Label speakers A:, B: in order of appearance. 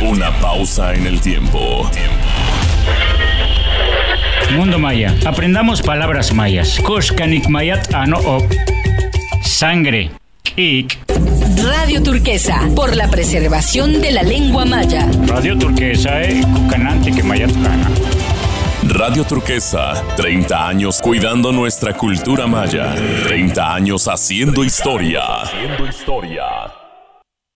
A: Una pausa en el tiempo.
B: Mundo maya. Aprendamos palabras mayas. Koshkanik mayat ano op. Sangre. Kik.
C: Radio Turquesa, por la preservación de la lengua maya.
B: Radio turquesa e kukanante que mayat kana.
A: Radio Turquesa, 30 años cuidando nuestra cultura maya. 30 años haciendo historia. Haciendo historia.